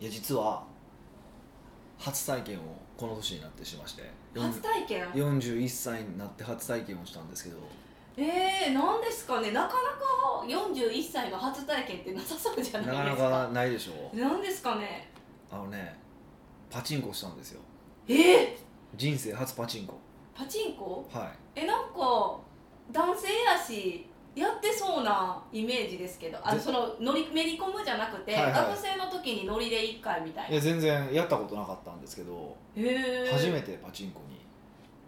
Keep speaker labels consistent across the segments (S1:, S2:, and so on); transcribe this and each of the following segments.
S1: いや実は初体験をこの年になってしまして
S2: 初体験
S1: 41歳になって初体験をしたんですけ ど
S2: えー、なんですかねなかなか41歳が初体験ってなさそうじゃ
S1: な
S2: な
S1: か
S2: い
S1: な
S2: ですか
S1: かないでしょ
S2: なんですかね
S1: あのねパチンコしたんですよ
S2: えー、
S1: 人生初パチンコ
S2: パチンコ
S1: はい
S2: えなんか男性やしやってそうなイメージですけどあの
S1: ぜ
S2: その乗りめり込むじゃなくて、
S1: はいはい
S2: 学生の時にノリで1回みたい
S1: い
S2: な
S1: や全然やったことなかったんですけど
S2: へえ
S1: 初めてパチンコに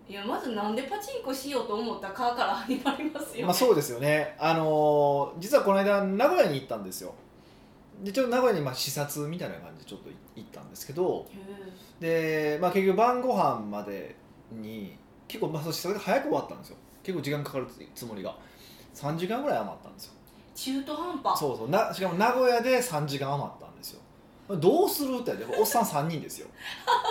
S2: いやまずなんでパチンコしようと思ったかから始まりますよね、
S1: まあ、そうですよね、あのー実はこの間名古屋に行ったんですよでちょっと名古屋にまあ視察みたいな感じでちょっと行ったんですけど
S2: へえ
S1: で、まあ、結局晩ご飯までに結構まあそそれが早く終わったんですよ結構時間かかるつもりが3時間ぐらい余ったんですよ
S2: 中途半端
S1: そうそうなしかも名古屋で3時間余ったんですよどうするって言ったらおっさん3人 ですよ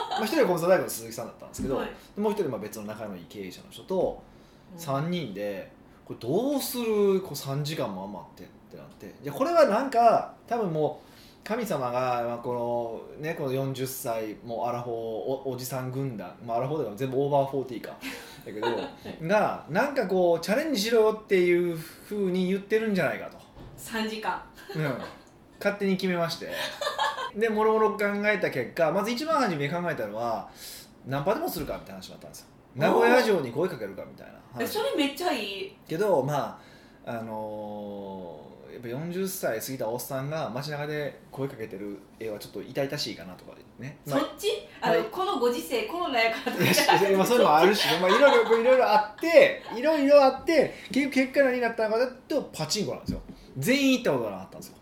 S1: まあ1人はコンサルタイブの鈴木さんだったんですけど、
S2: はい
S1: もう1人まあ別の仲のいい経営者の人と
S2: うん
S1: 3人でこれどうするこう3時間も余ってってなっていやこれはなんか多分もう神様がまあこの,、ね、この40歳もうアラフォーおおじさん軍団、まあ、アラフォーでも全部オーバーフォーティーかだ けどがなんかこうチャレンジしろよっていうふうに言ってるんじゃないかと、
S2: 3時間
S1: うん、勝手に決めましてでもろもろ考えた結果まず一番初めに考えたのはナンパでもするかみたいな話だったんですよ名古屋城に声かけるかみたいな
S2: え
S1: 話
S2: それめっちゃいい
S1: けどまああのーやっぱ40歳過ぎたおっさんが街中で声かけてる絵はちょっと痛々しいかなとかね、ま
S2: そ
S1: あ
S2: っちあの、
S1: はい
S2: このご時世コロナやからとか
S1: いや
S2: じ
S1: し
S2: ゃなくて
S1: まあそういうのもあるし、まあ、いろいろこういろいろあっていろいろあって結局結果何になったのかというとパチンコなんですよ全員行ったことがなかったんですよ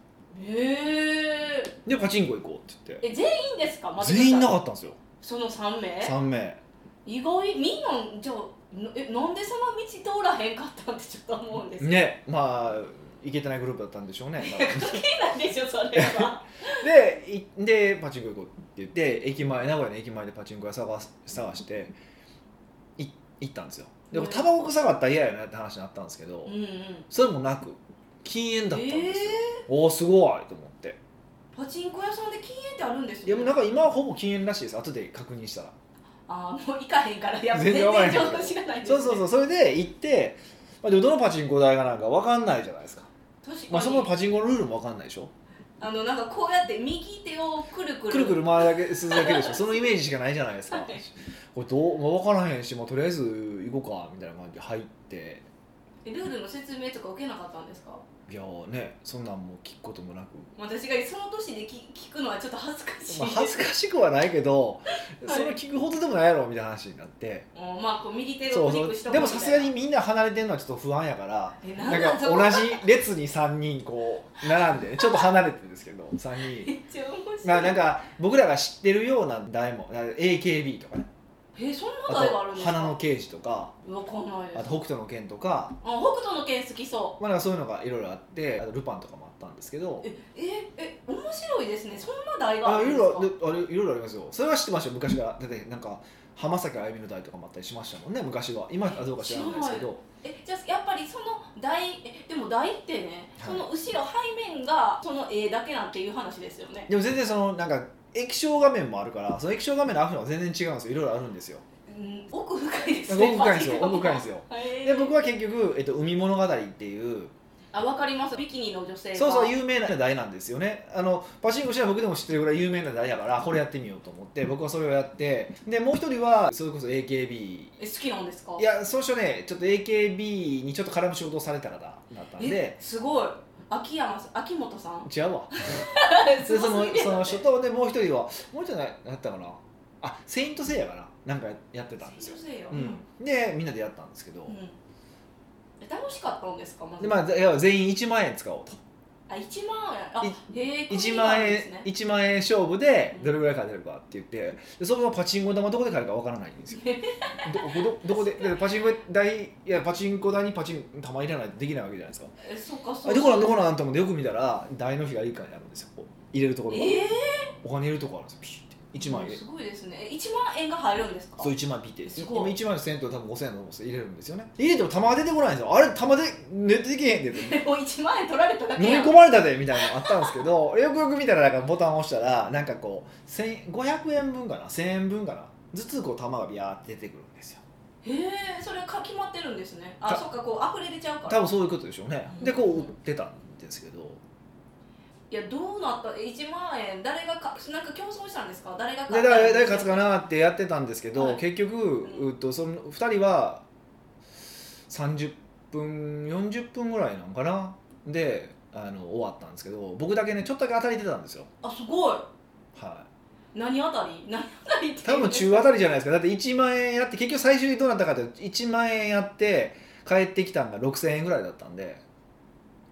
S2: へえ
S1: でパチンコ行こうって言って
S2: え全員ですか待ってください
S1: 全員なかったんですよ
S2: その3名
S1: 3名
S2: 意外みんなじゃあなえなんでその道通らへんかったんってちょっと思うんですけど、
S1: ねまあ行けてないグループだったんでしょうねだから
S2: なんでしょそれ は
S1: でいでパチンコ行こうって言って駅前名古屋の駅前でパチンコ屋探す探してい行ったんですよでも
S2: うん
S1: タバコ臭かったら嫌やなって話になったんですけど、
S2: うんうん
S1: それもなく禁煙だったん
S2: え
S1: ですよ、
S2: ー、
S1: おおすごいと思って
S2: パチンコ屋さんで禁煙ってあるんです
S1: いや
S2: よ
S1: もうなんか今はほぼ禁煙らしいです後で確認したら
S2: あーもう行かへんからやっぱ
S1: 全
S2: 全
S1: 然わからへ
S2: 然
S1: ん
S2: 情報知らないんです
S1: そ
S2: ね
S1: うそうそうそれで行って、まあ、でもどのパチンコ台がなんか分かんないじゃないですか、
S2: 確かに、
S1: まあ、そのパチンコのルールも分かんないでしょ
S2: あのなんかこうやって右手をくるくる
S1: くるくる回るだけするだけでし ょそのイメージしかないじゃないですか、
S2: はい
S1: これどう、まあ、分からへんし、まあ、とりあえず行こうかみたいな感じで入って
S2: えルールの説明とか受けなかったんですか
S1: いやーねそんなんもう聞くこともなく、
S2: 私がその年で聞聞くのはちょっと恥ずかしい、
S1: まあ、恥ずかしくはないけど、
S2: はい
S1: その聞くほどでもないやろみたいな話になって、
S2: うんまあこう右手
S1: そ
S2: を
S1: う
S2: クリ
S1: そ
S2: ックしと
S1: う
S2: く
S1: で
S2: み
S1: も
S2: たい
S1: さす
S2: な
S1: がにみんな離れてるのはちょっと不安やから
S2: えな
S1: なんん
S2: なん
S1: か
S2: そ
S1: 同
S2: こめっ
S1: じ列に3人こう並んでねちょっと離れてるんですけど3人。
S2: ちゃ面白い、
S1: まあ、なんか僕らが知ってるような台も AKB とかね
S2: えそん
S1: あ
S2: な台があるん
S1: と
S2: ですか
S1: 花の刑事とか
S2: わかんないです
S1: あと北斗の拳とか,、
S2: あ北斗の拳好きそ
S1: まあ、なんかそういうのがいろいろあってあとルパンとかもあったんですけど
S2: うえええ面白いですねそんな台があ
S1: あい
S2: るん
S1: ろ
S2: で
S1: い
S2: すか
S1: ろあれいろいろありますよそれは知ってましたよ昔からだってなんか浜崎あゆみの代とかもあったりしましたもんね昔は今はどうか知らないですけど
S2: えじゃあやっぱりその台えでも台ってね、
S1: はい
S2: その後ろ背面がその絵だけなんていう話ですよね
S1: でも全然そのなんか液晶画面もあるからその液晶画面のアフロは全然違うんですよいろいろあるんですよ
S2: うん奥深いです
S1: 奥
S2: ね
S1: 深いんですよ
S2: マジ
S1: 奥深いんですよ
S2: へー
S1: で僕は結局、えっと「海物語」っていう
S2: あわかりますビキニの女性が
S1: そうそう有名な台なんですよねあのパチンコしたら僕でも知ってるぐらい有名な台だからこれやってみようと思って僕はそれをやってでもう一人はそれこそ AKB
S2: え好きなんですか
S1: いや最初ねちょっと AKB にちょっと絡む仕事をされたらだだったん
S2: え
S1: です
S2: ごい秋山さん秋元さん
S1: 違うわ
S2: す
S1: でそ
S2: ご
S1: の
S2: すぎる
S1: その人とでもう一人はもう一人ななったかなあセイントセイヤかななんかやってたんですよ、
S2: 先生よ
S1: うん、でみんなでやったんですけど、
S2: うんえ楽しかったんですかまず
S1: でまあぜいや全員1万円使おうと
S2: あ1万円あ
S1: い
S2: へえ
S1: 1万円
S2: ですね
S1: 1万円勝負でどれぐらい勝てるかって言ってでそのパチンコ玉どこで買えるかわからないん ですよどどどこででパチンコ台いやパチンコ台にパチン玉入れないとできないわけじゃないですか
S2: えそっかそ
S1: あ
S2: っ
S1: どこ
S2: か
S1: なんどこなんと思ってよく見たら台の日がいいかにあるんですよこう入れるところが、
S2: ええ
S1: お金入れるとこあるんですよピシュって1万円
S2: すごいですねえ1万円が入るんですか
S1: そう1万ピッてですよ
S2: す
S1: 今
S2: ごい
S1: 1万1000円と多分5000円の入れるんですよね入れても玉が出てこないんですよあれ玉で出てきへんって言 って
S2: もう1万円取られただけ
S1: 飲み
S2: やん
S1: 込まれたでみたいなのあったんですけど よくよく見たらなんかボタンを押したらなんかこう1000 500円分かな1000円分かなずつこう玉がビヤーって出てくるんですよ
S2: へえそれか決まってるんですねあ
S1: か
S2: そっかこう溢れ出ちゃうから
S1: 多分そういうことでしょうねでこう売ってたんですけど
S2: いやどうなったえ1万円誰がかなんか競争したんですか誰が
S1: で
S2: 買ったん
S1: 誰
S2: です
S1: 誰勝つかなってやってたんですけど、
S2: はい
S1: 結局うっとその2人は30分40分ぐらいなんかなであの終わったんですけど僕だけねちょっとだけ当たり出たんですよ、
S2: あすごい
S1: は
S2: 何あたり何あたりっ
S1: い、
S2: て
S1: 多分中
S2: 和
S1: 当たりじゃないですかだって1万円やって結局最終どうなったかというと1万円やって帰ってきたのが6000円ぐらいだったんで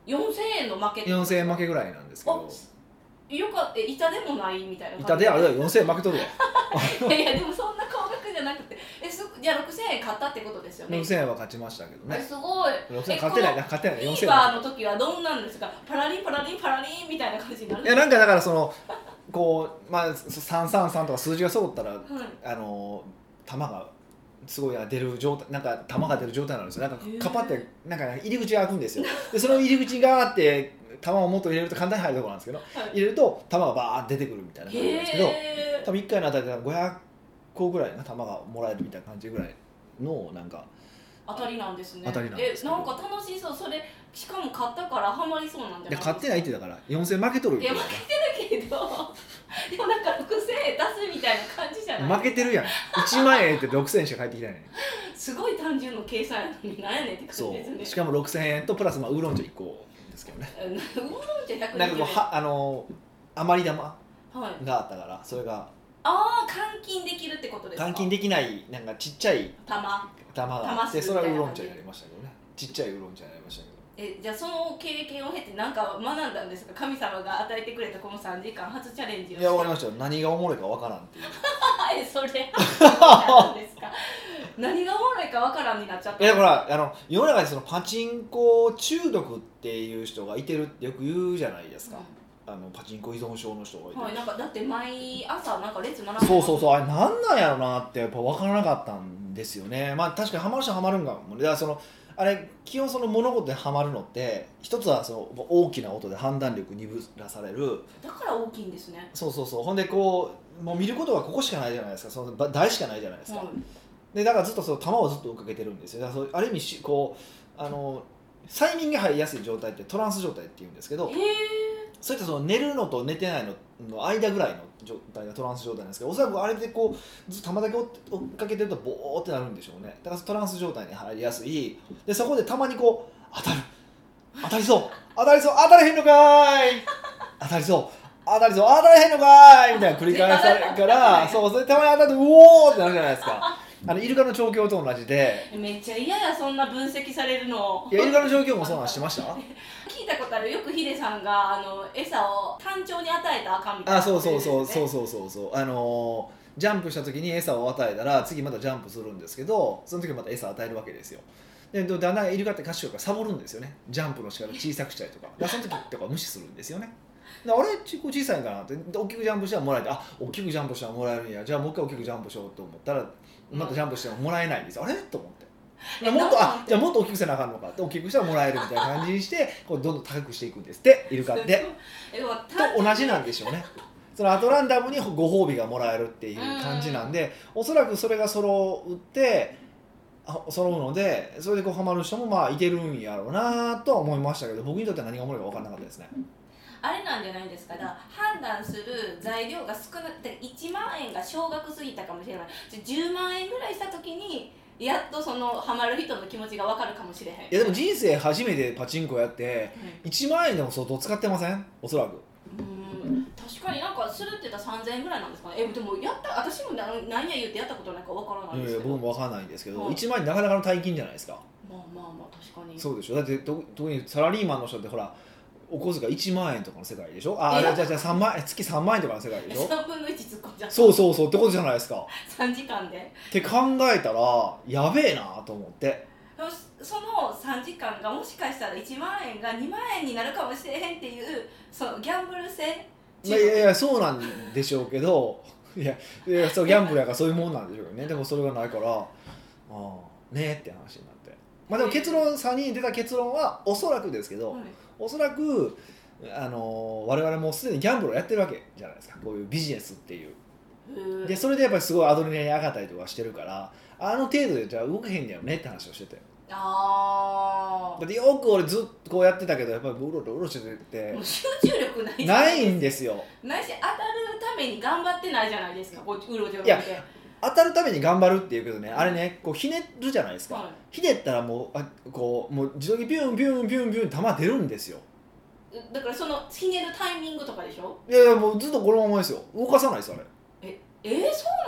S2: 4000円の負け
S1: 4000円負けぐらいなんですけど
S2: けよかったえ板でもないみたいな
S1: 板であれだ4000円負けとる わ
S2: いやいやでもそんな高額じゃなくてえすじゃあ6000円買ったってことですよね
S1: 6000円は勝ちましたけど
S2: え
S1: ね
S2: すごい
S1: 6000円勝てないな勝てないな
S2: フ
S1: 4000
S2: ィー
S1: 円
S2: バーの時はどんなんですかパラリンパラリンパラリンみたいな感じになる
S1: いやなんかだからそのこうまあ333とか数字が揃ったら
S2: はい
S1: あの球がすごい出る状態なんか球が出る状態なんですよなんかカパってなんか入り口が開くんですよでその入り口があって球をもっと入れると簡単に入るところなんですけど
S2: はい
S1: 入れると球がバーって出てくるみたいな感じなんですけど
S2: へ
S1: 多分1回の当たりで500個ぐらいの球がもらえるみたいな感じぐらいのなんか
S2: 当たりなんですね
S1: 当たりなんです
S2: えなんか楽しそうそれしかも買ったからハマりそうなんじゃない
S1: で勝ってないってだから4000負けとるみたい
S2: いやけどでもなんか6000円出すみたいな感じじゃ
S1: な
S2: ない
S1: 負けてるやん1万円って6000円しか返ってきてないねん
S2: すごい単純の計算やのになんやねんって感じ
S1: そ
S2: ですね
S1: うしかも6000円とプラスまあウーロン茶1個ですけどね
S2: うんウーロン茶120円
S1: なんかこうはあの余り玉
S2: はい、
S1: があったからそれが
S2: ああ換金できるってことですか
S1: 換金できないなんかちっちゃい
S2: 玉
S1: 玉があって
S2: 玉数
S1: それはウーロン
S2: み
S1: 茶
S2: た
S1: に
S2: いな
S1: なりましたけどねちっちゃいウーロン茶になりましたけど
S2: えじゃあその経験を経て何か学んだんですか神様が与えてくれたこの3時間初チャレンジを
S1: いやわかりましたよ何がおもろいかわからんっていう
S2: はいそれ何ですか何がおもろいかわからんになっちゃった
S1: いやだからあの世の中にそのパチンコ中毒っていう人がいてるってよく言うじゃないですか、あのパチンコ依存症の人がいてる、
S2: はいなんかだって毎朝なんか列並んでます
S1: そうそうそうあれなんなんやろなってやっぱ分からなかったんですよねまあ確かにハマる人はハマるんかもねだからそのあれ基本その物事でハマるのって一つはその大きな音で判断力鈍らされる
S2: だから大きいんですね
S1: そうそうそうほんでこうもう見ることがここしかないじゃないですかそのば台しかないじゃないですか、
S2: はい
S1: でだからずっとその球をずっと追っかけてるんですよだからそうある意味しこうあの催眠が入りやすい状態ってトランス状態っていうんですけど
S2: へえ
S1: そういったその寝るのと寝てないのの間ぐらいの状態がトランス状態なんですけどおそらくあれでこうずっと球だけ追って追っかけてるとボーってなるんでしょうねだからトランス状態に入りやすいでそこでたまにこう当たる当たりそう当たりそう当たれへんのかーい当たりそう当たりそう当たれへんのかーいみたいな繰り返されるからそうそれでたまに当たってうおーってなるじゃないですかあのイルカの調教と同じで
S2: めっちゃ嫌やそんな分析されるの
S1: いやイルカの調教もそうなんしてました
S2: 聞いたことあるよくヒデさんがあの餌を単調に与えたらあかんみたいな
S1: あそうそうそうそううそうそうそうあのージャンプした時に餌を与えたら次またジャンプするんですけどその時また餌与えるわけですよでだんだんイルカって賢いからサボるんですよねジャンプの仕方小さくしたりとかだからその時とか無視するんですよねであれちこう小さいんかなってで大きくジャンプしたらもらえてあ大きくジャンプしたらもらえるんやじゃあもう一回大きくジャンプしようと思ったらまたジャンプしてももらえないんですよあれと思って。いやもっとあじゃあもっと大きくせなあかんのかって大きくしたらもらえるみたいな感じにしてこうどんどん高くしていくんですってイルカ って。
S2: えわ
S1: と同じなんでしょうねそのアトランダムにご褒美がもらえるっていう感じなんで、おそらくそれが揃ってあ揃うのでそれでこうハマる人もまあいてるんやろうなとは思いましたけど僕にとっては何がおもろいか分からなかったですね
S2: あれなんじゃないですかだから判断する材料が少なくて1万円が少額すぎたかもしれないじゃあ10万円ぐらいした時にやっとそのハマる人の気持ちがわかるかもしれへん
S1: いやでも人生初めてパチンコやって
S2: う
S1: 1万円でも相当使ってませんおそらく
S2: んうん確かになんかするって言ったら3000円ぐらいなんですかねえでもやった私もな何や言ってやったことないからわからないい
S1: やい
S2: です
S1: や
S2: けど
S1: 僕も分からないんですけど、
S2: はい
S1: 1万円なかなかの大金じゃないですか
S2: まあまあまあ確かに
S1: そうでしょだってと特にサラリーマンの人ってほらお小遣い1万円とかの世界でしょああじゃあじゃあ3万円月3万円とかの世界でし ょ
S2: 3分の1突っ込んじゃった
S1: そうそうそうってことじゃないですか
S2: 3時間で
S1: って考えたらやべえなと思って
S2: でもその3時間がもしかしたら1万円が2万円になるかもしれへんっていうそのギャンブル性
S1: まあいやいやそうなんでしょうけどいやいやそうギャンブルやからそういうもんなんでしょうけどねでもそれがないからああねえって話になってまあでも結論3人出た結論はおそらくですけど、
S2: はい
S1: おそらくあの我々もうすでにギャンブルをやってるわけじゃないですかこういうビジネスっていう
S2: うん
S1: でそれでやっぱりすごいアドレナリン上がったりとかしてるからあの程度でじゃあ動けへんだよねって話をしてて
S2: あ
S1: だってよく俺ずっとこうやってたけどやっぱりうろうろうろして
S2: あ
S1: て
S2: もう集中力ない
S1: ないんですよ
S2: ないし当たるために頑張ってないじゃないですかこううろちょろ
S1: いや当たるために頑張るっていうけどねあれねこうひねるじゃないですか、
S2: は
S1: ひねったらもうあこうもう自動にビュンビュンビュンビュン弾出るんですよ
S2: い、だからそのひねるタイミングとかでしょ
S1: いやいやもうずっとこのままですよ動かさないですあれ
S2: えー、そう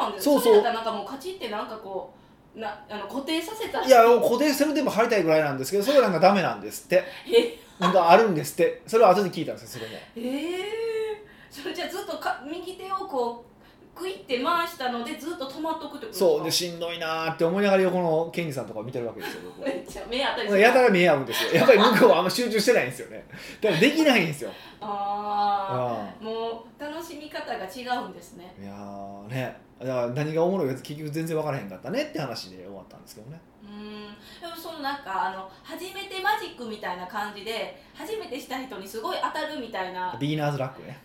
S2: なんです
S1: そうそう
S2: れだったらなんかもうカチってなんかこうなあの固定させた
S1: いやもう固定セルでも貼りたいぐらいなんですけどそれがなんかダメなんですって
S2: え
S1: なんかあるんですってそれは後で聞いたんですよそれも
S2: えー、それじゃあずっとか右手をこうグイって回したのでずっと止まっとくってことですか
S1: そうでしんどいなーって思いながら横のケンジさんとか見てるわけですよ僕は
S2: めっちゃ目当たりする
S1: やたら見え合うんですよやっぱり向こうはあんま集中してないんですよねだからできないんですよ、うん、い
S2: あ
S1: や
S2: あもう楽しみ方が違うんですね
S1: ーねだから何がおもろいか結局全然分からへんかったねって話で終わったんですけどね
S2: うーんでもそのなんかあの初めてマジックみたいな感じで初めてした人にすごい当たるみたいなあ
S1: ビギナーズラックね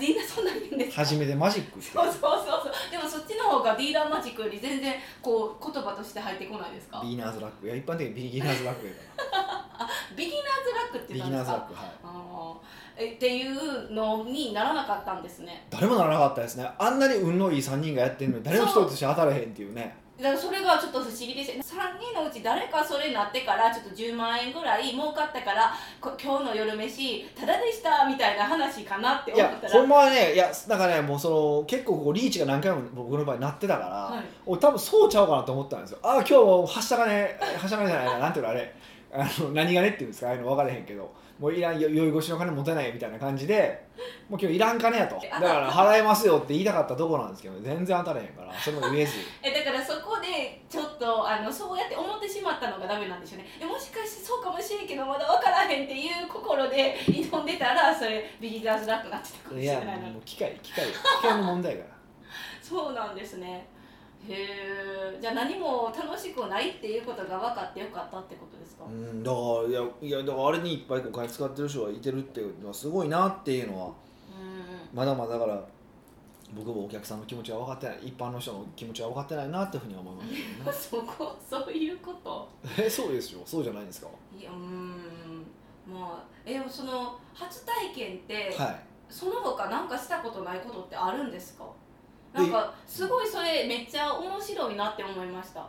S2: みんなそんなん言うんですか
S1: 初めてマジックって
S2: そうそうそうそうでもそっちの方がディーラーマジックより全然こう言葉として入ってこないですか
S1: ビギナーズラックいや一般的にビギナーズラックやから
S2: ビギナーズラックって
S1: ビ
S2: 言っ
S1: ギ
S2: た
S1: ナー
S2: んです
S1: ズラ
S2: か
S1: ックはい
S2: あーえっていうのにならなかったんですね
S1: 誰もならなかったですねあんなに運のいい3人がやってるのに誰も一人として当たれへんっていうね
S2: だからそれがちょっと不思議でした3人のうち誰かそれになってからちょっと10万円ぐらい儲かったからこ今日の夜飯タダでしたみたいな話かなって
S1: い
S2: 思っ
S1: や
S2: たら
S1: ほんまはねいやなんかねもうその結構こうリーチが何回も僕の場合なってたから、
S2: はい
S1: 俺多分そうちゃうかなと思ったんですよああ今日もはした金はした金じゃないななんていうのあれあの何がねっていうんですかああいうの分からへんけどもういらんよ酔い越しの金持てないみたいな感じでもう今日いらん金やとだから払えますよって言いたかったとこなんですけど全然当たれへんからそれも言えず
S2: えだからそこでちょっとあのそうやって思ってしまったのがダメなんでしょうねえもしかしてそうかもしれんけどまだ分からへんっていう心で挑んでたらそれビギナーズラックになってたかもし
S1: い
S2: れ
S1: や
S2: ないな
S1: もう機械機械機械の問題やから
S2: そうなんですねへえじゃあ何も楽しくないっていうことが分かってよかったってことですか、
S1: うん、だからいやいやだからあれにいっぱいお金使ってる人がいてるっていうのはすごいなっていうのは
S2: うん
S1: まだまだだから僕もお客さんの気持ちは分かってない一般の人の気持ちは分かってないなっていうふうには思いますけどね
S2: そこそういうこと
S1: えそうですよそうじゃないんですか
S2: いやうーんまあえでもその初体験って、
S1: は
S2: その他なんかしたことないことってあるんですかなんかすごいそれめっちゃ面白いなって思いました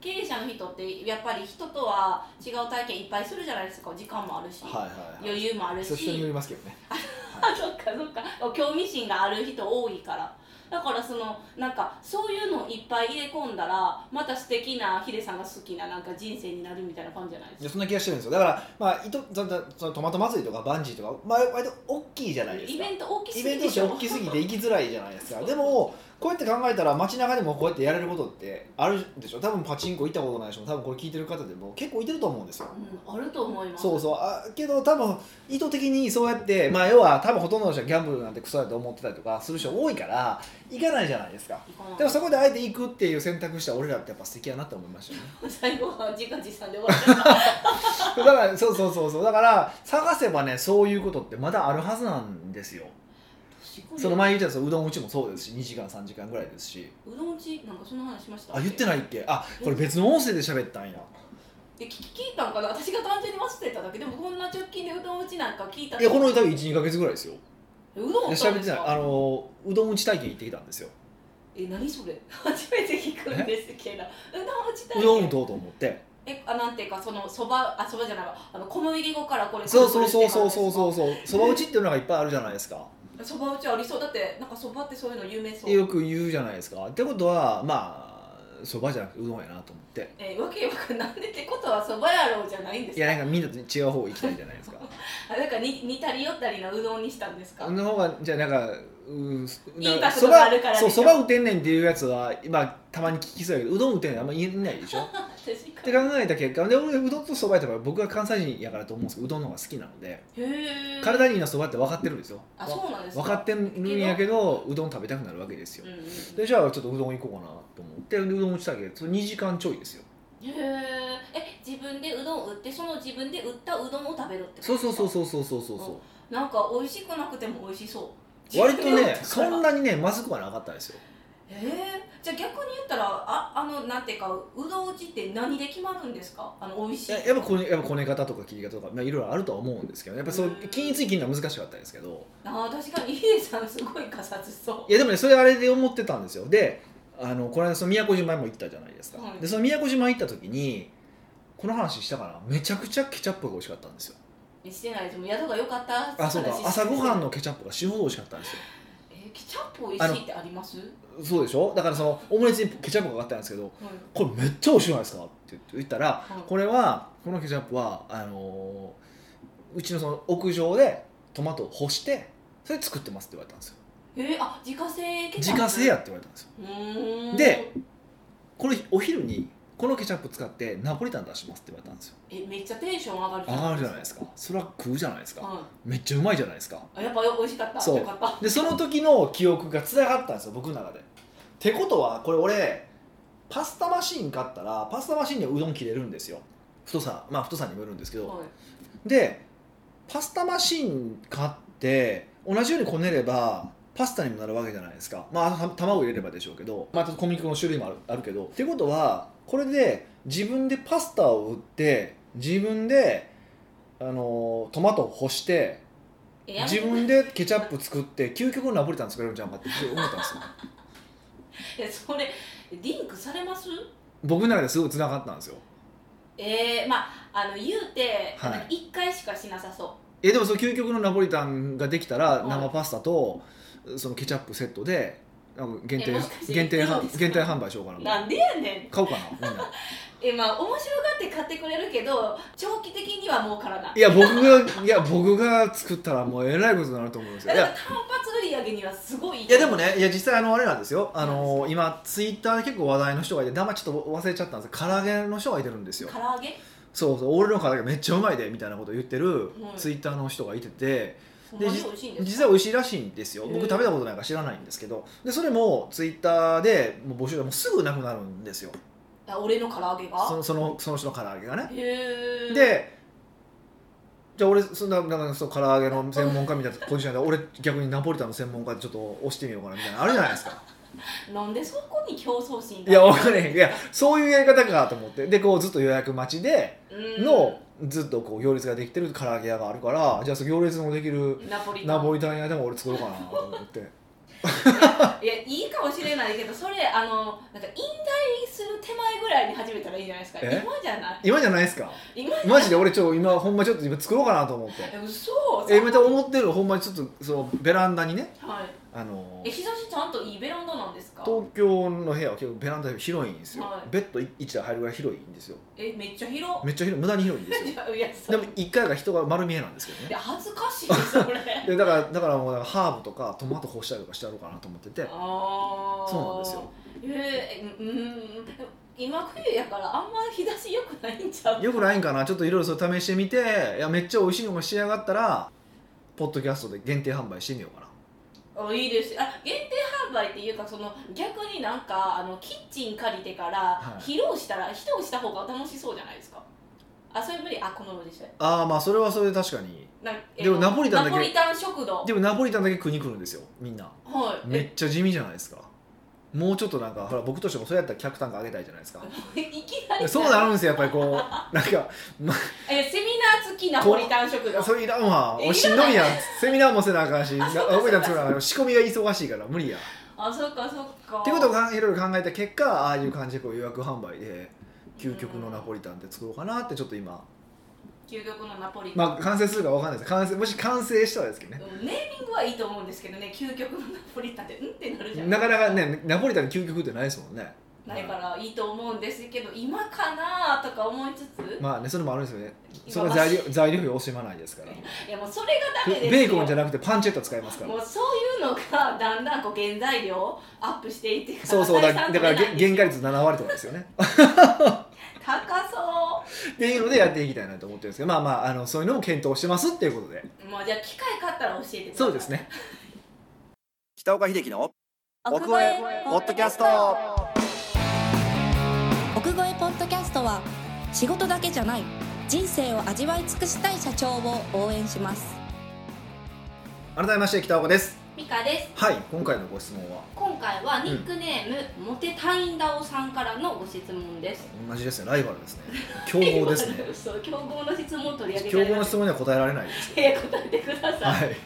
S2: 経営者の人ってやっぱり人とは違う体験いっぱいするじゃないですか時間もあるし、
S1: いはいはいはい
S2: 余裕もある
S1: そう人によ
S2: し
S1: りますけどね
S2: あそっかそっか興味心がある人多いからだからそのなんかそういうのをいっぱい入れ込んだらまた素敵なヒデさんが好きななんか人生になるみたいな感じじゃないです
S1: いや
S2: か
S1: そんな気がしてるんですよだからまあいとそんなそのトマト祭りとかバンジーとか、まあ、割と大きいじゃないです
S2: イ
S1: か
S2: ベント大き
S1: イ
S2: すぎ
S1: ベント
S2: で
S1: とし
S2: してょ
S1: 大きすぎて行きづらいじゃないです かでもこうやって考えたら街中でもこうやってやれることってあるでしょ多分パチンコ行ったことない人も多分これ聞いてる方でも結構いてると思うんですよ
S2: うん、あると思います
S1: そうそうあけど多分意図的にそうやってまあ要は多分ほとんどの人はギャンブルなんてクソだと思ってたりとかする人多いから行かないじゃないですか
S2: いかない
S1: でもそこであえて行くっていう選択した俺らってやっぱ素敵やなって思いましたよね
S2: 最後は自画自賛で終わっちゃっ
S1: だ
S2: た。
S1: からそうそうそうそうだから探せばねそういうことってまだあるはずなんですよその前言ってたうどんうちもそうですし2時間3時間ぐらいですし
S2: うどんうちなんかその話しました
S1: あ言って
S2: い
S1: ないっけあこれ別の音声で喋ったんや
S2: え聞聞いたんかな私が単純に忘れただけでもこんな直近でうどんうちなんか聞いた
S1: いやこの
S2: う
S1: 多分12か月ぐらいですよ
S2: どん
S1: い
S2: を
S1: や
S2: 食
S1: 喋
S2: べ
S1: ってないあのうどんうち体験行ってきたんですよ
S2: え何それ 初めて聞くんですけどうどんうち
S1: う
S2: 体
S1: どん
S2: 験
S1: 打とうと思って
S2: えあなんていうかそのそばあそばじゃないわあの小麦粉からこれ
S1: そうそうそうそうそうそううそうそば打ちっていうのがいっぱいあるじゃないですか
S2: そばうちありそうだってなんかそばってそういうの有名そう
S1: よく言うじゃないですかってことはまあそばじゃなくてうどんやなと思って
S2: えわけよくなんでってことはそばやろうじゃないんで
S1: い
S2: す
S1: や
S2: か
S1: なんかみんなと違う方行きたいじゃないですか
S2: あなんかに似たり寄ったりのうどんにしたんですか
S1: その方がじゃあなんかうん
S2: イ
S1: な
S2: ンパ
S1: ん
S2: ク
S1: そ
S2: トが
S1: ば
S2: あるからでし
S1: そ
S2: ょ
S1: うそば打てんねんっていうやつは今たまに聞きそうやけどうどん打てんねんあんま言えないでしょ
S2: 確確
S1: っ
S2: か
S1: て
S2: に
S1: 考えた結果で俺うどんとそばやったら僕は関西人やからと思うんですけどうどんの方が好きなので
S2: へえ
S1: 体にいいのはそばって分かってるんですよ
S2: あそうなんです
S1: 分かってるんやけどうどん食べたくなるわけですよ、
S2: うんうん
S1: でじゃあちょっとうどん行こうかなと思ってうどん打ちたけど2時間ちょいですよ
S2: へーえ自分でうどんを売ってその自分で売ったうどんを食べるってこと
S1: そうそうそう
S2: う
S1: そうそうそうそうそ
S2: なんか美味しくなくても美味しそう
S1: う割とねそん
S2: な
S1: なにねまずくはなかったですよ
S2: えー、じゃあ逆に言ったらああのなんていうかうどん打ちって何で決まるんですかあの美味しい
S1: ややっぱこねやっぱこね方とか切り方とか、まあ、いろいろあるとは思うんですけどやっぱそう均一に切るのは難しかったですけど
S2: あー確かにヒデさんすごいかさつそ
S1: いやでもねそれあれで思ってたんですよであのこの間その宮古島も行ったじゃないですか、
S2: はい
S1: でその宮古島行った時にこの話したかなめちゃくちゃケチャップが美味しかったんですよ
S2: うしてないですもう宿が良かったって
S1: あそうか
S2: 話
S1: 朝ごはんのケチャップが死ぬほど美味しかったんですよ
S2: えーケチャップ美味しいってあります
S1: そうでしょだからそのオムレツにケチャップがかかったんですけど
S2: はい
S1: これめっちゃ美味しくないですかって言ったら
S2: はい
S1: これはこのケチャップはあのーうちのその屋上でトマトを干してそれ作ってますって言われたんですよ
S2: えー、あ自家製ケ
S1: 自
S2: チャップ
S1: 家製やって言われたんですよ
S2: うーん
S1: でこれお昼にこのケチャップ使ってナポリタン出しますって言われたんですよ
S2: えめっちゃテンション上がる
S1: 上がるじゃない
S2: い
S1: ですかそれは食うじゃないですか
S2: は
S1: めっちゃうまいじゃないですか
S2: いあやっぱ美味しかった
S1: そう
S2: よかった
S1: でその時の記憶がつながったんですよ僕の中でってことはこれ俺パスタマシーン買ったらパスタマシーンにはうどん切れるんですよ太さまあ太さにもよるんですけど、
S2: はい
S1: でパスタマシーン買って同じようにこねればパスタにもなるわけじゃないですかまあた卵入れればでしょうけどまた小麦粉の種類もあるあるけどってことはこれで自分でパスタを売って自分であのートマトを干して
S2: えやめて
S1: 自分でケチャップ作って究極のナポリタン作れるんじゃんかって思ったんですよ
S2: いやそれリンクされます
S1: 僕の中ですごい繋がったんですよ
S2: えー、まああの言うて
S1: はい
S2: なんか一回しかしなさそう
S1: えでもその究極のナポリタンができたら
S2: はい
S1: 生パスタとそのケチャップセットでなんか限定
S2: えもしかして
S1: 限定
S2: いいんですか
S1: 限定販売しようかな
S2: なんでやねん
S1: 買おうかなみんな
S2: えまあ面白がって買ってくれるけど長期的にはもうからない
S1: いや僕がいや僕が作ったらもうえらいことになると思うんですよ
S2: だ
S1: い
S2: から
S1: や
S2: 単発売り上げにはすごいい
S1: いやでもねいや実際あのあれなんですよあの今ツイッターで結構話題の人がいて名前ちょっと忘れちゃったんですけど唐揚げの人がいてるんですよ
S2: 唐揚げ
S1: そうそう俺の唐揚げめっちゃうまいでみたいなことを言ってる
S2: い
S1: ツイッターの人がいてて
S2: ほんまに美味しいんです
S1: 実は美味しいらしいんですよ
S2: へ
S1: 僕
S2: ー
S1: 食べたことないから知らないんですけどでそれもツイッターでもう募集がもうすぐなくなるんですよ
S2: あ俺の唐揚げ
S1: そ
S2: が
S1: のそのその人の唐揚げがね
S2: へえ
S1: でじゃあ俺そんななんかその唐揚げの専門家みたいなポジションで俺逆にナポリタンの専門家でちょっと押してみようかなみたいなのあるじゃないです か
S2: なんでそこに競争心が
S1: いや分かんないいやそういうやり方かと思ってでこうずっと予約待ちで
S2: うん
S1: のずっとこう行列ができてる唐揚げ屋があるからじゃあその行列のできる
S2: ナポリタ
S1: ナ
S2: ン
S1: ポリタン屋でも俺作ろうかなと思って
S2: いやいいかもしれないけどそれあのなんか引退する手前ぐらいに始めたらいいじゃないですか
S1: え
S2: 今じゃない
S1: 今じゃないですか
S2: 今じゃ
S1: マジで俺ちょ今ほんまちょっと今作ろうかなと思って
S2: え嘘
S1: え今と思ってるほんまにちょっとそのベランダにね
S2: はい
S1: あの
S2: え日差しちゃんといいベランダなんですか
S1: 東京の部屋は結構ベランダ広いんですよ、
S2: はい
S1: ベッド1台入るぐらい広いんですよ
S2: えめっちゃ広
S1: めっちゃ広い無駄に広いんですよ
S2: いやそ
S1: で
S2: れ
S1: も1回が人が丸見えなんですけど
S2: い
S1: ね
S2: や恥ずかしいそれ
S1: でだからだからもうなんかハーブとかトマト干したりとかしてやろうかなと思ってて
S2: ああ
S1: そうなんですよ
S2: えー、うん今冬やからあんま日差し良くないんちゃう
S1: よくないんかなちょっといろいろそれ試してみていやめっちゃ美味しいのが仕上がったらポッドキャストで限定販売してみようかな
S2: あいいですあ限定販売っていうかその逆になんかあのキッチン借りてから
S1: はい
S2: 披露したら、披露した方が楽しそうじゃないですかあそれ無理あこのままでしたよ
S1: ああまあそれはそれで確かに
S2: なえ
S1: でもナポリタンだけ
S2: ナポリタン食堂
S1: でもナポリタンだけ食いに来るんですよみんな
S2: はい
S1: めっちゃ地味じゃないですかもうちょっとなんかほら僕としてもそうやったら客単価上げたいじゃないですか
S2: え いきなり
S1: そうなるんですよやっぱりこうなんか
S2: えセミナー付きナポリタン食堂
S1: それいらんわ
S2: え
S1: おいしんどいやんセミナーもせなあかんしな覚えたん作らなあかん仕込みが忙しいから無理やっ
S2: あそっかそっか
S1: てことをかんいろいろ考えた結果ああいう感じでこう予約販売で究極のナポリタンって作ろうかなってちょっと今
S2: 究極のナポリタン、
S1: まあ完成するかわかんないです完成もし完成したらですけどね
S2: うんネーミングはいいと思うんですけどね究極のナポリタンってうんってなるじゃん
S1: なかなかねナポリタンの究極ってないですもんね
S2: ないからいいと思うんですけど今かなとか思いつつ、
S1: まあねそれもあるんですよねそ
S2: 今
S1: れは
S2: は
S1: 材料材料費を惜しまないですから
S2: いやもうそれがダメです
S1: ベ
S2: よ
S1: ーコンじゃなくてパンチェッタ使いますから
S2: もうそういうのがだんだんこう原材料アップしていってから
S1: そうそうだ
S2: 採算
S1: だから
S2: 取れないん
S1: げ
S2: です
S1: 原
S2: よ
S1: 価率7割とかですよね
S2: 高そ
S1: っていうのでやっていきたいなと思ってるんですけどまあまああのそういうのも検討してますっていうことで
S2: うもうじゃあ機会買ったら教えてください
S1: そうですね
S3: 北岡秀樹の奥越えポッドキャスト
S4: 奥越えポッドキャストは仕事だけじゃない人生を味わい尽くしたい社長を応援します
S1: 改めまして北岡です
S2: ミカです
S1: はい今回のご質問は
S2: 今回はニックネーム、モテタインダオさんからのご質問です
S1: 同じですねライバルですね競合ですね
S2: そう競合の質問を取り上げ
S1: 競
S2: られ
S1: 合の
S2: ま
S1: 質
S2: す
S1: 問には答えられない です
S2: えー答えてください、
S1: はいあり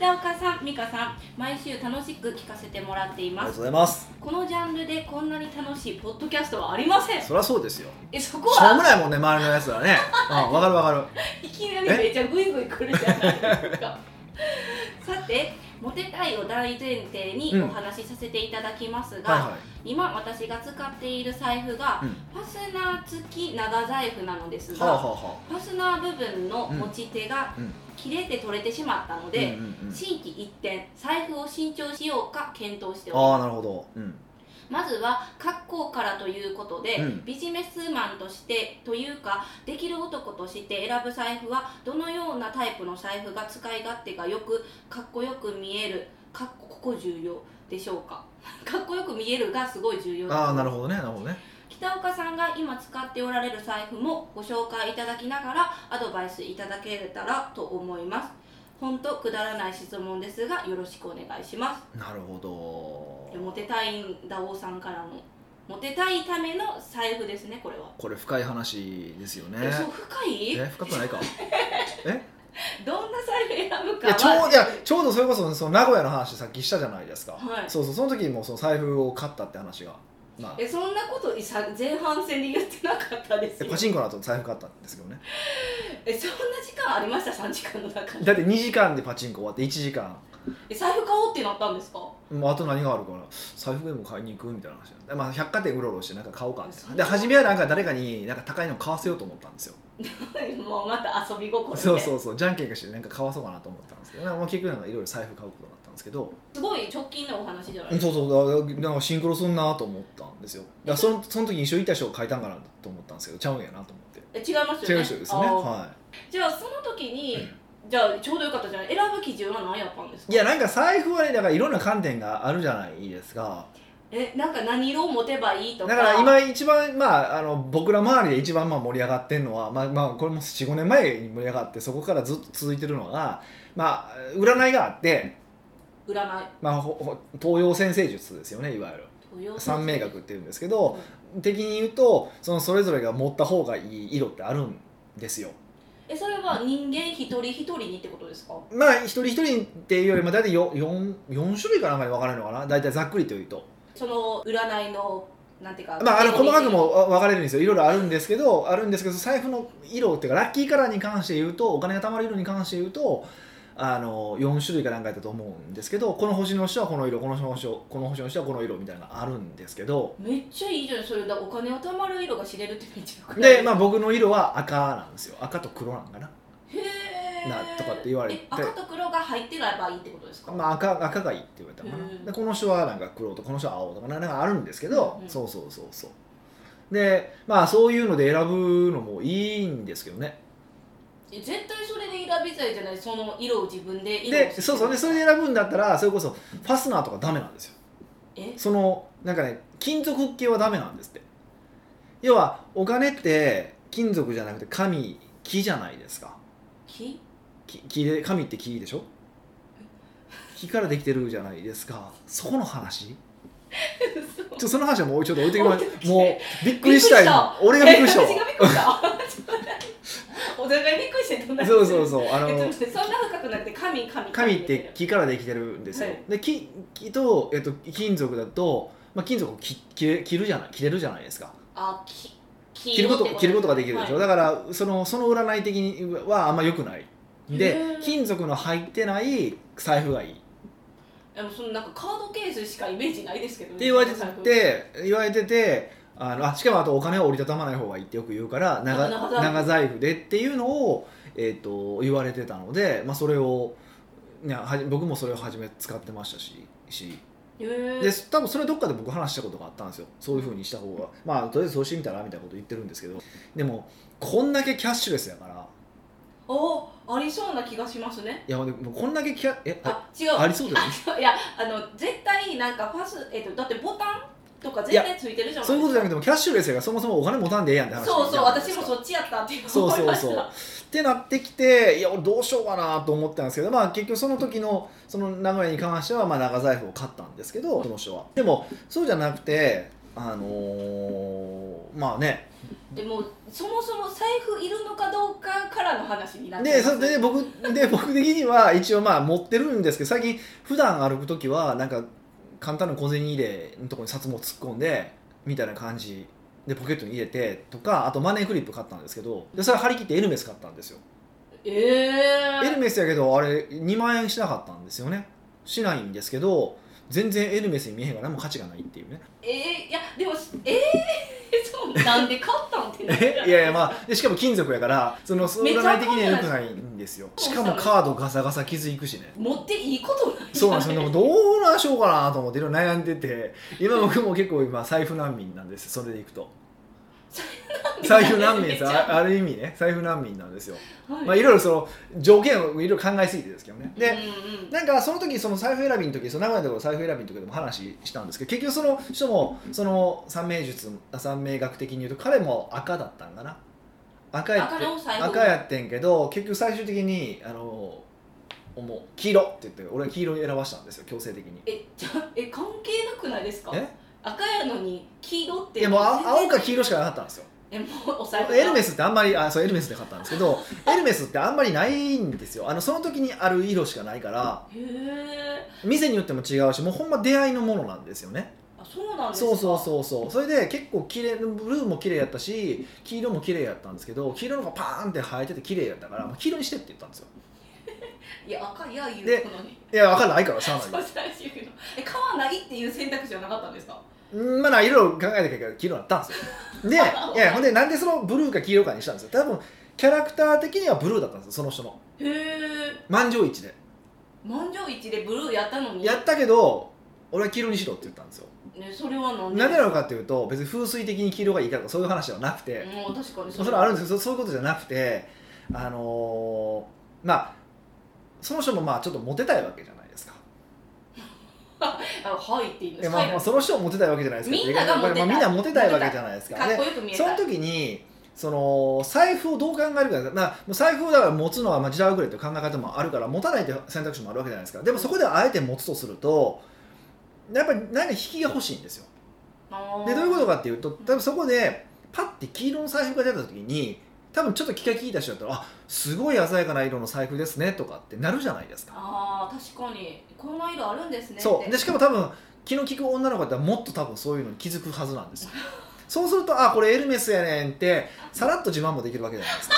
S2: 北岡さん、美香さん、毎週楽しく聞かせてもらってい
S1: が
S2: ま
S1: とう
S2: す。
S1: ございます
S2: このジャンルでこんなに楽しいポッドキャストはありません。
S1: そりゃそうですよ
S2: え、そこ
S1: しょうも
S2: は
S1: ないもんね周りのやつはねうんわかるわかる
S2: いきなりめっちゃグイグイ来るじゃないです か。さて、モテたいを大前提に
S1: うん
S2: お話しさせていただきますが、
S1: はいはい
S2: 今私が使っている財布が、
S1: うん
S2: ファスナー付き長財布なのですが、
S1: はあはあは
S2: ファスナー部分の持ち手が
S1: うんうん
S2: 切れて取れてしまったの
S1: あ
S2: で、
S1: うんうんうん
S2: 新規一転財布を新調しようか検討しております
S1: ああなるほどうん
S2: まずは格好からということで、
S1: うん
S2: ビジネスマンとしてというかできる男として選ぶ財布はどのようなタイプの財布が使い勝手がよくかっこよく見えるかっこここ重要でしょうか かっこよく見えるがすごい重要です
S1: ああなるほどねなるほどね
S2: 北岡さんが今使っておられる財布もご紹介いただきながらアドバイスいただけたらと思います本当くだらない質問ですがよろしくお願いします
S1: なるほ
S2: で
S1: ど
S2: モテたいんだ王さんからのモテたいための財布ですねこれは、
S1: これ深い話ですよね
S2: えそう深い
S1: え深くないかえ
S2: どんな財布選ぶ
S1: い
S2: か
S1: や
S2: は
S1: ちょういやちょうどそれこそその名古屋の話さっきしたじゃないですか、
S2: はい
S1: そうそうその時にもうその財布を買ったって話が、まあ、
S2: えそんなことさ前半戦で言ってなかったです
S1: え
S2: よ
S1: パチンコの後財布買ったんですけどね
S2: えそんな時間ありました3時間の中に
S1: だって2時間でパチンコ終わって1時間
S2: え財布買おうってなったんですか
S1: もうあと何があるから財布でも買いに行くみたいな話で、まあ、百貨店うろうろしてなんか買おうかみたいなで初めはなんか誰かになんか高いの買わせようと思ったんですよ
S2: もうまた遊び心で
S1: そうそうそうじゃんけんかしてなんか買わそうかなと思ったんですけどなんかまあ結局なんかいろいろ財布買うことになったんですけど
S2: すごい直近のお話じゃない
S1: そう
S2: ですか
S1: そうだなんかシンクロすんなと思ったんですよだからそのその時に一緒にいた人を書いたんかなと思ったんですけどちゃうんやなと思って
S2: え違いますよ
S1: 違
S2: ね
S1: う人ですよね
S2: あー
S1: は
S2: じゃあその時に、じゃあちょうどよかったじゃない選ぶ基準は何やったんです
S1: い
S2: か
S1: いやなんか財布はねだからいろんな観点があるじゃないですか
S2: えなんか何色を持てばいいと
S1: だ
S2: か
S1: から今一番まああの僕ら周りで一番まあ盛り上がってるのはまあまあこれも45年前に盛り上がってそこからずっと続いてるのがまあ占いがあって
S2: 占い
S1: まあほほ東洋占星術ですよねいわゆる三名学っていうんですけど的に言うとそのそれぞれが持った方がいい色ってあるんですよ
S2: えそれは人間一人一人にってことですか
S1: まあ一人一人っていうよりも大体 4, 四種類かなんかに分かれるのかな大体ざっくりというと
S2: その占いのなんていうか
S1: まああの細かく
S2: は
S1: もあ分かれるんですよいろいろあるんですけどあるんですけど財布の色っていうかラッキーカラーに関して言うとお金が貯まる色に関して言うとあの4種類かなんかやったと思うんですけどこの星の人はこの色この星の人この星の人はこの色みたいなのがあるんですけど
S2: めっちゃいいじゃんそれだお金を貯まる色が知れるってめっちゃよくない
S1: で、まあ、僕の色は赤なんですよ赤と黒なんかな、
S2: へえ
S1: なとかって言われて
S2: 赤と黒が入ってればいいってことですか、
S1: まあ、赤赤がいいって言われたのかな、
S2: うん
S1: でこの人はなんか黒とこの人は青とかななんかあるんですけど、
S2: うんうん
S1: そうそうそうそうでまあそういうので選ぶのもいいんですけどね
S2: え絶対それで選びたいじゃないその色を自分で色を
S1: でそうそうねそれで選ぶんだったらそれこそファスナーとかダメなんですよ
S2: え
S1: そのなんかね金属系はダメなんですって要はお金って金属じゃなくて紙木じゃないですか
S2: 木
S1: 木木で紙って木でしょ木からできてるじゃないですかそこの話ちょその話はもうちょっと置いてき ま
S2: 置いてき
S1: す
S2: て
S1: もうびっくりした今俺がびっくりした
S2: え私がびっくりしたお互いびっくりしてどんな
S1: わそうそうそうあ
S2: えちょっと
S1: の
S2: 待ってそんな深くなくて神神
S1: 紙って木からできてるんですよ、
S2: はい
S1: で木木と、えっと、金属だと、まあ、金属を切切れ切るじゃない切れるじゃないですか
S2: あき黄
S1: 切る
S2: 色
S1: こ
S2: って
S1: と切ることができるでしょ、
S2: は
S1: だ
S2: い
S1: からそのその占い的にはあんま良くない
S2: へ
S1: で
S2: ー
S1: 金属の入ってない財布がいい
S2: でもそのなんかカードケースしかイメージないですけどね
S1: って言われて
S2: 財布
S1: て言われててあのあしかもあとお金は折りたたまない方がいいってよく言うから長
S2: 長財布
S1: 長財布でっていうのを、えー、と言われてたので、まあ、それを、ね、はじ僕もそれを初め使ってましたし。し
S2: へー
S1: で多分それどっかで僕話したことがあったんですよそういうふうにした方がまあとりあえずそうしてみたらみたいなこと言ってるんですけどでもこんだけキャッシュレスやから
S2: おありそうな気がしますね
S1: いやでもこんだけキャえあ
S2: あ違う
S1: ありそうだよね
S2: あいやあの絶対なんかパス、えっとだってボタンとか絶対ついてるじゃん
S1: そういうことじゃなくてもキャッシュレスやからそもそもお金持たんでええやんって話
S2: そうそう
S1: じゃないです
S2: 私
S1: か
S2: もそっちやったっていう
S1: そう
S2: 思い
S1: そう
S2: ました
S1: そう。 ってなってきていや俺どうしようかなと思ったんですけど、まあ、結局その時のその流れに関してはまあ長財布を買ったんですけどその人は。でもそうじゃなくてあのーまあね
S2: でもそもそも財布いるのかどうかからの話になって
S1: で
S2: ます
S1: そで僕で 僕的には一応まあ持ってるんですけど最近普段歩く時はなんか簡単な小銭入れのところに札も突っ込んでみたいな感じでポケットに入れてとかあとマネークリップ買ったんですけどでそれ張り切ってエルメス買ったんですよ。
S2: え
S1: エ
S2: え
S1: ルメスやけどあれ2万円しなかったんですよねしないんですけど全然エルメスに見えへんから何も価値がないっていうね
S2: えーいやでもええそうなんで買ったんってなるじゃない
S1: いやいやまあでしかも金属やからその
S2: めっちゃ
S1: 占い的には良くないんですよしかもカードガサガサ傷いくしね
S2: 持っていいことない
S1: そうなんですよでもどうなんしようかなと思っていろいろ悩んでて今僕も結構今財布難民なんですそれでいくと財布難民ですあある意味ね財布難民なんですよ
S2: はい
S1: まあいろいろその条件をいろいろ考えすぎてですけどねで、
S2: うんうん
S1: なんかその時その財布選びの時その名古屋での財布選びの時でも話したんですけど結局その人もその三名術あ三名学的に言うと彼も赤だったんかな赤やっ
S2: 赤の財
S1: て
S2: 布
S1: 赤やってんけど結局最終的にあのもう黄色って言って俺は黄色に選ばしたんですよ強制的に
S2: えじゃあえ関係なくないですか
S1: え
S2: 赤やのに黄色って
S1: いやもう
S2: 全
S1: あ
S2: 然
S1: 青か黄色しかなかったんですよ
S2: えもうお財布が
S1: エルメスってあんまりあそうエルメスで買ったんですけどエルメスってあんまりないんですよあのその時にある色しかないから
S2: へえ
S1: 店によっても違うしもうほんま出会いのものなんですよね
S2: あそうなんですか
S1: そうそうそうそうそれで結構綺麗ブルーも綺麗やったし黄色も綺麗やったんですけど黄色の方がパーンって生えてて綺麗やったからもう黄色にしてって言ったんですよ
S2: いや赤いや言
S1: で
S2: うのに
S1: いや分かんないからしゃあ
S2: そ
S1: な
S2: う
S1: い
S2: 最終のえ買わないっていう選択肢はなかったんですか
S1: うんまあないろいろ考えた結果黄色だったんですよでいやほんでなんでそのブルーか黄色かにしたんですよ多分キャラクター的にはブルーだったんですよその人の
S2: へえ
S1: 満場一致で
S2: 満場一致でブルーやったのに
S1: やったけど俺は黄色にしろって言ったんですよ
S2: ね、それはなんで
S1: なんでなのかっていうと別に風水的に黄色がいいからとかそういう話ではなくて、
S2: もう確かに
S1: それはあるんですけどそういうことじゃなくてあのーまあその人もまあちょっとモテたいわけじゃないですか、
S2: あはいって言うんで
S1: え
S2: す
S1: まあ、まあその人もモテたいわけじゃないですか
S2: みんながモテたい
S1: まあ、みんなモテたいわけじゃないですか
S2: かっこ
S1: で
S2: よく見え
S1: そ
S2: た
S1: の
S2: い
S1: 時にその財布をどう考えるかですまあ、もう財布をだから持つのはまあ時代遅れっていう考え方もあるから持たないという選択肢もあるわけじゃないですかでもそこであえて持つとするとやっぱり何か引きが欲しいんですよ
S2: あー
S1: でどういうことかっていうと多分そこでパッて黄色の財布が出た時に多分ちょっと気が利いた人だったら「あすごい鮮やかな色の財布ですね」とかってなるじゃないですか、
S2: あー確かにこんな色あるんですねって
S1: そうでしかも多分気の利く女の子だったらもっと多分そういうのに気づくはずなんですよそうすると「あこれエルメスやねん」ってさらっと自慢もできるわけじゃないですか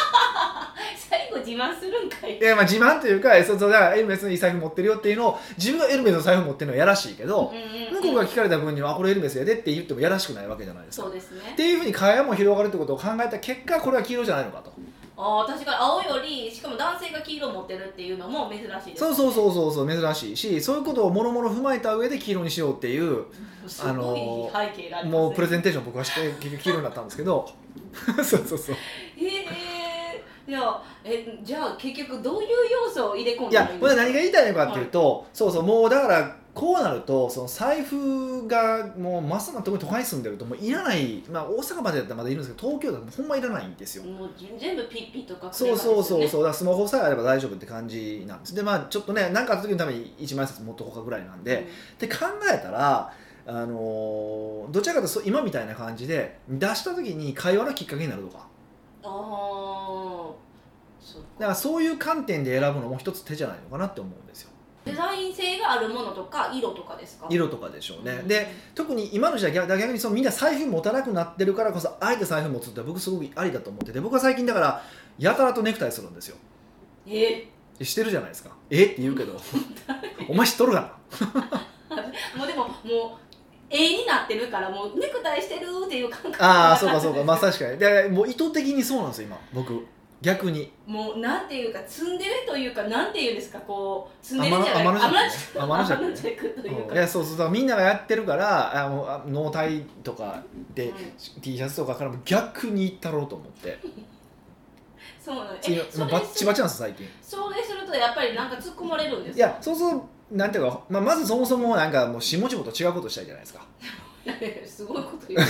S2: 最後自慢するんかい
S1: いやまあ自慢というかえそうそうだからエルメスのいい財布持ってるよっていうのを自分がエルメスの財布持ってるのはやらしいけど、
S2: うん
S1: 向こうが聞かれた分には「あこれエルメスやで」って言ってもやらしくないわけじゃないですか
S2: そうですね
S1: っていうふうに会話も広がるってことを考えた結果これは黄色じゃないのかと
S2: ああ確かに青よりしかも男性が黄色持ってるっていうのも珍しいです
S1: そうそうそうそうそう珍しいしそういうことをもろもろ踏まえた上で黄色にしようっていう
S2: すごい背景があります、ね、
S1: もうプレゼンテーション僕はして結局黄色になったんですけど そうそうそう
S2: ええいやえじゃあ結局どういう要素を入れ込ん
S1: い
S2: で
S1: やこれ何が言いたいのかっていうと、そうそうもうだからこうなるとその財布がもうますます特に都会に住んでるともういらない、まあ、大阪までだったらまだいるんですけど東京だとほんまいらないんですよ
S2: もう全部ピッピとか
S1: そうそうそう
S2: う
S1: そうだからスマホさえあれば大丈夫って感じなんですでまあちょっとね何かあった時のために1万円札持っとこうかぐらいなんで、って考えたら、あのーどちらかというとそう今みたいな感じで出した時に会話のきっかけになるとか
S2: ああそう
S1: だからそういう観点で選ぶのも一つ手じゃないのかなって思うんですよ
S2: デザイン性があるものとか色とかですか
S1: 色とかでしょうね、で特に今の時代逆逆にそのみんな財布持たなくなってるからこそあえて財布持つって僕すごくありだと思ってて僕は最近だからやたらとネクタイするんですよ
S2: え
S1: してるじゃないですかえって言うけどお前知っとるか
S2: もうでももう絵になってるからもうネクタイしてるっていう感覚
S1: なああそうかそうかまあ確かにでもう意図的にそうなんですよ今僕逆に
S2: もうなんていうか積んでるというかなんていうんですかこう積ん
S1: 天
S2: で
S1: の
S2: るじゃない
S1: 天の
S2: 天の
S1: 尺天の尺
S2: 天
S1: ね
S2: の尺という
S1: うん
S2: か
S1: いやそうそうだからみんながやってるからあもうあ脳体とかで、
S2: うん
S1: T シャツとかからも逆にいったろうと思って
S2: そうなのえ
S1: 次の
S2: それ
S1: バッチバチなんです最近
S2: それするとやっぱりなんか突っ込まれるんです
S1: いやそうそうなんていうか、まあ、まずそもそもなんかもう下々と違うことしたいじゃないですか
S2: すごいこと 言う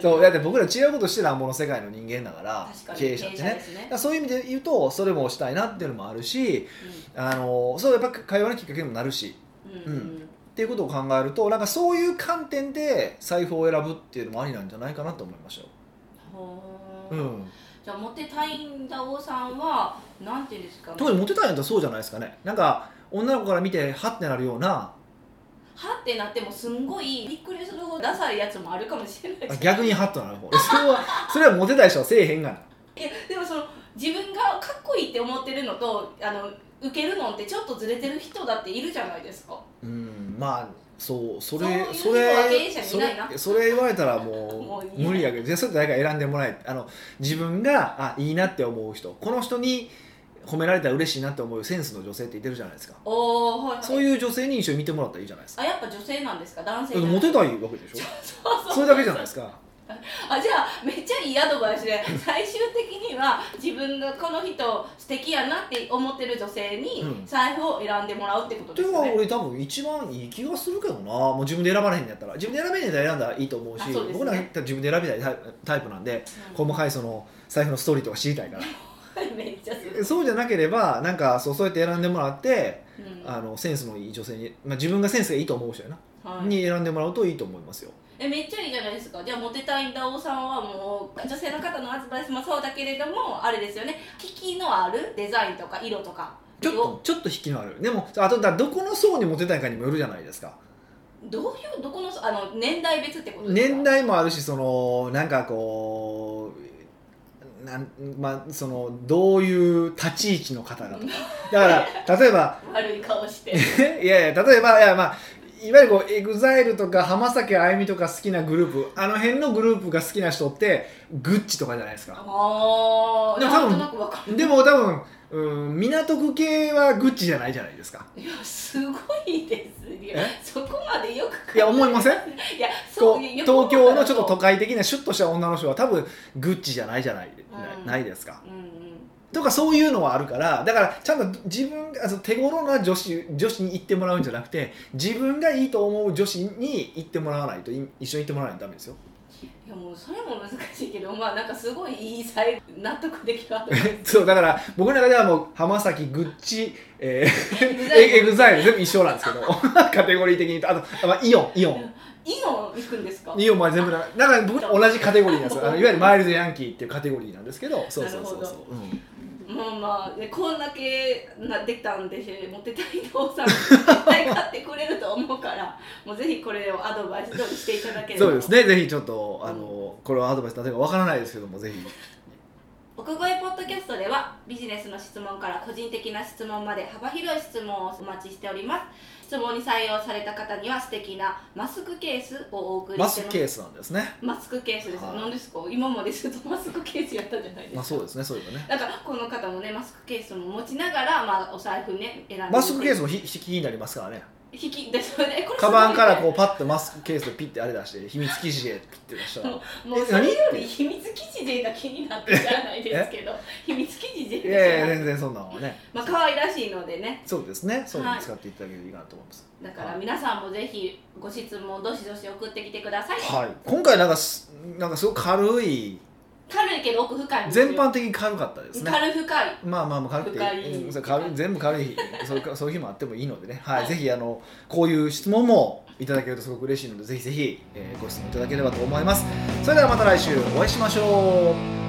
S1: そうだって僕ら違うことしてなんぼの世界の人間だから
S2: 確かに
S1: 経営者ってね
S2: です
S1: だからそういう意味で言うとそれもしたいなっていうのもあるしあのそうやっぱ会話のきっかけにもなるし
S2: うんうん
S1: うっていうことを考えるとなんかそういう観点で財布を選ぶっていうのもありなんじゃないかなと思いましたよ、
S2: ほー
S1: うん、
S2: じゃあモテたいんだ王さんはなんていうんですか
S1: 特にモテたいんだったらそうじゃないですかねなんか女の子から見てハッてなるような
S2: はってなってもすんごいびっくりするほどダサいやつもあるかもしれな
S1: あ
S2: い
S1: 逆にハッとなる方 それはそれはモテたい人はせえへんがな
S2: えでもその自分がかっこいいって思ってるのとあの受けるのってちょっとずれてる人だっているじゃないですか
S1: うんまあそうそれ
S2: そう
S1: そ
S2: いう人は
S1: れ
S2: 経営者
S1: そ
S2: にいないな
S1: れそれ言われたらも
S2: もう
S1: う
S2: いい
S1: 無理やけどじゃあそれ誰か選んでもらえあの自分があいいなって思う人この人に褒められたら嬉しいなって思うセンスの女性っていてるじゃないですか
S2: おおはい、はい、
S1: そういう女性に一緒に見てもらったらいいじゃないですか
S2: あやっぱ女性なんですか男性
S1: だっ
S2: じ
S1: てモ
S2: ゃ
S1: テ
S2: ない
S1: たいわけでしょ
S2: そうそう
S1: それだけじゃないですか
S2: あじゃあめっちゃいいアドバイスで最終的には自分がこの人素敵やなって思ってる女性に
S1: うん
S2: 財布を選んでもらうってこ
S1: と
S2: とで
S1: い
S2: す
S1: うか
S2: よね、
S1: 俺多分一番いい気がするけどなもう自分で選ばれへんのやったら自分で選べへんのやったら選んだらいいと思うし
S2: あそうですね
S1: 僕なんか言ったら自分で選びたいタイプタイプなんで細かいその財布のストーリーとか知りたいから
S2: うん めっちゃする、
S1: そうじゃなければなんかそうそうやって選んでもらって、
S2: うん
S1: あのセンスのいい女性に、まあ、自分がセンスがいいと思う人やな、
S2: はい
S1: に選んでもらうといいと思いますよ
S2: えめっちゃいいじゃないですかじゃあモテたいんだおさんはもう女性の方のアドバイスもそうだけれどもあれですよね利きのあるデザインとか色とか
S1: ちょっとちょっと引きのあるでもあとだどこの層にモテたいかにもよるじゃないですか
S2: どういうどこのあの年代別ってことですか
S1: 年代もあるしそのなんかこうなんまあそのどういう立ち位置の方がとかだから例えば
S2: 悪い顔して
S1: いやいや例えばいやまあいわゆるこうエグザイルとか浜崎あゆみとか好きなグループあの辺のグループが好きな人ってグッチとかじゃないですか
S2: ああ
S1: でも多
S2: なん
S1: 分
S2: となくわかる
S1: でも多分うん港区系はグッチじゃないじゃないですか
S2: いやすごいですよ
S1: え
S2: そこまでよく考え
S1: いや思いません
S2: いやそ
S1: こ
S2: う
S1: う
S2: いやよく
S1: 東京のちょっと
S2: 考
S1: 都会的なシュッとした女の人は多分グッチじゃないじゃない、
S2: うん
S1: なないですか
S2: えたらうんうん
S1: とかそういうのはあるからだからちゃんと自分あの手頃な女子女子に行ってもらうんじゃなくて自分がいいと思う女子に行ってもらわないとい一緒に行ってもらわないとダメですよ
S2: いやもうそれも難しいけどまあなんかすごいいいサイ納得できるアドバイ
S1: そうだから僕の中ではもう浜崎グッチ、え
S2: ス
S1: ー、エグザイル全部一緒なんですけど カテゴリー的に言うとあと、まあ、イオンイオン
S2: イノン行くんですか
S1: イオンまで全部なだから僕同じカテゴリーなん ですよあのいわゆるマイルズ・ヤンキーっていうカテゴリーなんですけどそうそうそう
S2: なる
S1: そう
S2: ほ、
S1: うん
S2: まあまあ、ね、こんだけなできたんでモテたいのおさん絶対買ってくれると思うからもうぜひこれをアドバイス通りしていただければ
S1: そうですねぜひちょっとあのこれはアドバイス例えばわからないですけどもぜひ
S2: 奥越えポッドキャストではビジネスの質問から個人的な質問まで幅広い質問をお待ちしております質問に採用された方には素敵なマスクケースをお送りして
S1: マ
S2: ます
S1: スクケースなんですね
S2: マスクケースです、
S1: はい
S2: 何ですか今までずっとマスクケースやったじゃないですか、
S1: まあそうですねそういえばね
S2: だからこの方もねマスクケースも持ちながら、まあ、お財布ね選んでみて
S1: マスクケースもひひ気になりますからね
S2: 引きでそれでこれすごい
S1: カバンからこうパッとマスクケースでピッてあれ出して秘密基地へピッて出したら
S2: もう
S1: え
S2: それよ
S1: 何
S2: り秘密基地でが気になってじゃないですけど秘密基地で
S1: いやいや全然そんなのはね
S2: まあ可愛らしいのでね
S1: そうですねそういうのに使っていただけるといいかなと思います、
S2: だから皆さんもぜひご質問どしどし送ってきてください、
S1: はい、今回なんかすなんかすごく軽い
S2: 軽いけど奥深いんですよ
S1: 全般的に軽かったですね
S2: 軽深い
S1: まあまあまあ軽くて
S2: 深い
S1: うんそう軽い全部軽い日そういうそういう日もあってもいいのでね、はい、ぜひあのこういう質問もいただけるとすごく嬉しいのでぜひぜひ、えーご質問いただければと思いますそれではまた来週お会いしましょう